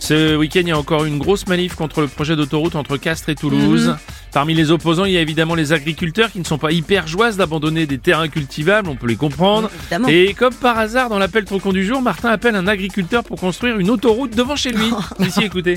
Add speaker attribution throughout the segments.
Speaker 1: Ce week-end, il y a encore une grosse manif contre le projet d'autoroute entre Castres et Toulouse. Parmi les opposants, il y a évidemment les agriculteurs qui ne sont pas hyper joyeux d'abandonner des terrains cultivables, on peut les comprendre.
Speaker 2: Évidemment.
Speaker 1: Et comme par hasard, dans l'appel trop con du jour, Martin appelle un agriculteur pour construire une autoroute devant chez lui. Ici, écoutez.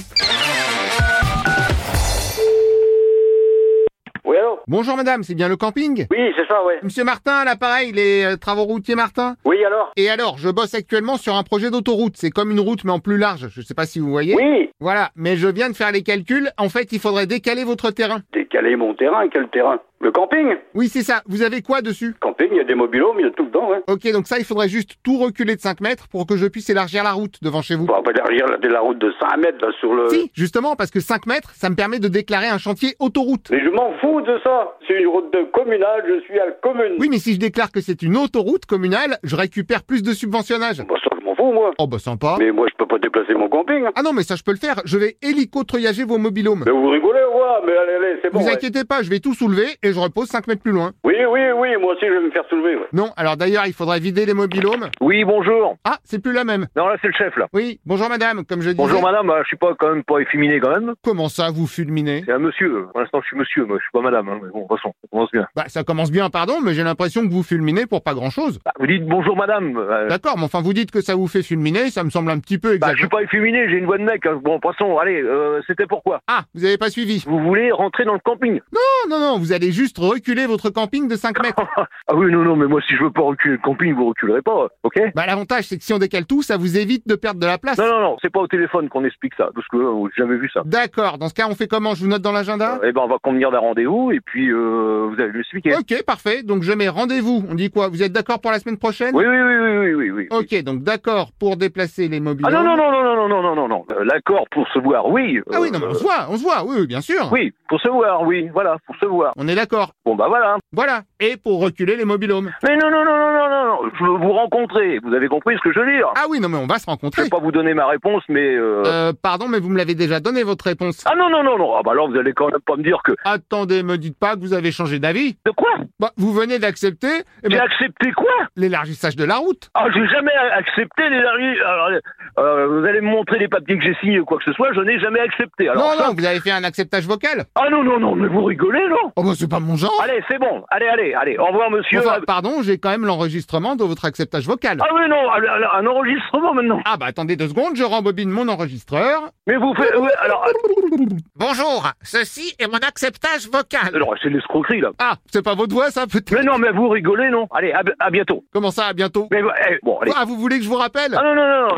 Speaker 3: Oui, allô
Speaker 4: Bonjour madame, c'est bien le camping
Speaker 3: Oui, c'est ça, ouais.
Speaker 4: Monsieur Martin, à l'appareil, les euh, travaux routiers Martin
Speaker 3: Oui, alors
Speaker 4: Et alors, je bosse actuellement sur un projet d'autoroute. C'est comme une route, mais en plus large. Je sais pas si vous voyez.
Speaker 3: Oui
Speaker 4: Voilà, mais je viens de faire les calculs. En fait, il faudrait décaler votre terrain.
Speaker 3: Décaler mon terrain, quel terrain Le camping
Speaker 4: Oui, c'est ça. Vous avez quoi dessus
Speaker 3: Camping, il y a des mobilos, mais il y a tout dedans, hein. ouais.
Speaker 4: Ok, donc ça, il faudrait juste tout reculer de 5 mètres pour que je puisse élargir la route devant chez vous.
Speaker 3: On va pas élargir la, de la route de 5 mètres, là, sur le...
Speaker 4: Si, justement, parce que 5 mètres, ça me permet de déclarer un chantier autoroute.
Speaker 3: Mais je m'en fous de ça C'est une route de communale, je suis à la commune
Speaker 4: Oui, mais si je déclare que c'est une autoroute communale, je récupère plus de subventionnage.
Speaker 3: Bah, ça, je m'en fous, moi
Speaker 4: Oh bah sympa.
Speaker 3: Mais moi, je peux pas déplacer mon camping hein.
Speaker 4: Ah non, mais ça je peux le faire, je vais hélico-treillager vos mobilhomes.
Speaker 3: Mais vous rigolez, ou quoi Mais allez, allez, c'est bon,
Speaker 4: Vous
Speaker 3: ouais.
Speaker 4: inquiétez pas, je vais tout soulever et je repose 5 mètres plus loin.
Speaker 3: Oui, oui, oui, moi aussi, je vais me faire soulever, ouais.
Speaker 4: Non, alors d'ailleurs, il faudrait vider les mobilhomes.
Speaker 5: Oui, bonjour.
Speaker 4: Ah, c'est plus la même.
Speaker 5: Non, là, c'est le chef, là.
Speaker 4: Oui, bonjour madame, comme je disais.
Speaker 5: Bonjour, madame. Euh, Je suis pas quand même pas efféminé, quand même.
Speaker 4: Comment ça, vous fulminez
Speaker 5: C'est un monsieur. Pour l'instant, je suis monsieur. Moi, je suis pas madame. hein. Mais bon, de toute façon, ça commence bien.
Speaker 4: Bah ça commence bien, pardon, mais j'ai l'impression que vous fulminez pour pas grand-chose.
Speaker 5: Bah, vous dites bonjour, madame. Euh,
Speaker 4: D'accord, mais enfin vous dites que ça vous fait fulminer, ça me semble un petit peu
Speaker 5: bah, je
Speaker 4: exagéré.
Speaker 5: suis pas efféminé, j'ai une voix de mec. hein. Bon, de toute façon, allez, euh, c'était pourquoi
Speaker 4: Ah, vous avez pas suivi
Speaker 5: Vous voulez rentrer dans le camping
Speaker 4: Non, non, non, vous allez juste reculer votre camping de 5 mètres.
Speaker 5: Ah oui, non, non, mais moi, si je veux pas reculer le camping, vous reculerez pas, ok
Speaker 4: Bah l'avantage c'est que si on décale tout, ça vous évite de perdre de la place.
Speaker 5: Non, non, non, c'est pas au téléphone qu'on explique ça, parce que euh, j'ai jamais vu ça.
Speaker 4: D'accord, dans ce cas on fait comment Je vous note dans l'agenda
Speaker 5: Eh ben, on va convenir d'un rendez-vous, et puis euh, vous allez lui expliquer.
Speaker 4: Ok, parfait, donc je mets rendez-vous. On dit quoi Vous êtes d'accord pour la semaine prochaine
Speaker 5: Oui, oui, oui, oui, oui, oui, oui.
Speaker 4: Ok, donc d'accord pour déplacer les mobiles.
Speaker 5: Ah non, non, non, non, non, non, non, non, non, non. Euh, L'accord pour se voir, oui.
Speaker 4: Ah oui, non, mais
Speaker 5: Euh,
Speaker 4: on se voit, on se voit, oui, oui, bien sûr.
Speaker 5: Oui, pour se voir, oui, voilà, pour se voir.
Speaker 4: On est d'accord.
Speaker 5: Bon bah voilà.
Speaker 4: Voilà. Et pour reculer les mobilhomes.
Speaker 5: Mais non, non, non, non, non, non, non, je veux vous rencontrer, vous avez compris ce que je veux dire.
Speaker 4: Ah oui, non, mais on va se
Speaker 5: Je
Speaker 4: rencontrer.
Speaker 5: vais pas vous donner ma réponse, mais... Euh...
Speaker 4: Euh, pardon, mais vous me l'avez déjà donné votre réponse.
Speaker 5: Ah non, non, non, non, ah bah alors vous allez quand même pas me dire que...
Speaker 4: Attendez, me dites pas que vous avez changé d'avis.
Speaker 5: De quoi
Speaker 4: Bah, vous venez d'accepter eh
Speaker 5: J'ai
Speaker 4: ben,
Speaker 5: accepté quoi
Speaker 4: l'élargissage de la route.
Speaker 5: Ah, j'ai jamais accepté les... Alors, euh, vous allez me montrer les papiers que j'ai signés ou quoi que ce soit, je n'ai jamais accepté. Alors,
Speaker 4: non,
Speaker 5: ça-
Speaker 4: non, vous avez fait un acceptage vocal.
Speaker 5: Ah non, non, non, mais vous rigolez, non
Speaker 4: Oh bah c'est pas mon genre.
Speaker 5: Allez, c'est bon, allez, allez, allez, au revoir monsieur.
Speaker 4: Enfin, pardon, j'ai quand même l'enregistrement de votre acceptage vocal.
Speaker 5: Ah oui, non, allez, allez, un enregistrement maintenant.
Speaker 4: Ah bah attendez deux secondes, je rembobine mon enregistreur.
Speaker 5: Mais vous faites... ouais, alors,
Speaker 4: Bonjour, ceci est mon acceptage vocal.
Speaker 5: alors c'est de l'escroquerie, là.
Speaker 4: Ah, c'est pas votre voix ça peut-être
Speaker 5: Mais non, mais vous rigolez, non Allez, à, b- à bientôt.
Speaker 4: Comment ça, à bientôt
Speaker 5: Mais eh, bon, allez.
Speaker 4: Ah, vous voulez que je vous rappelle
Speaker 5: Ah non, non, non, non.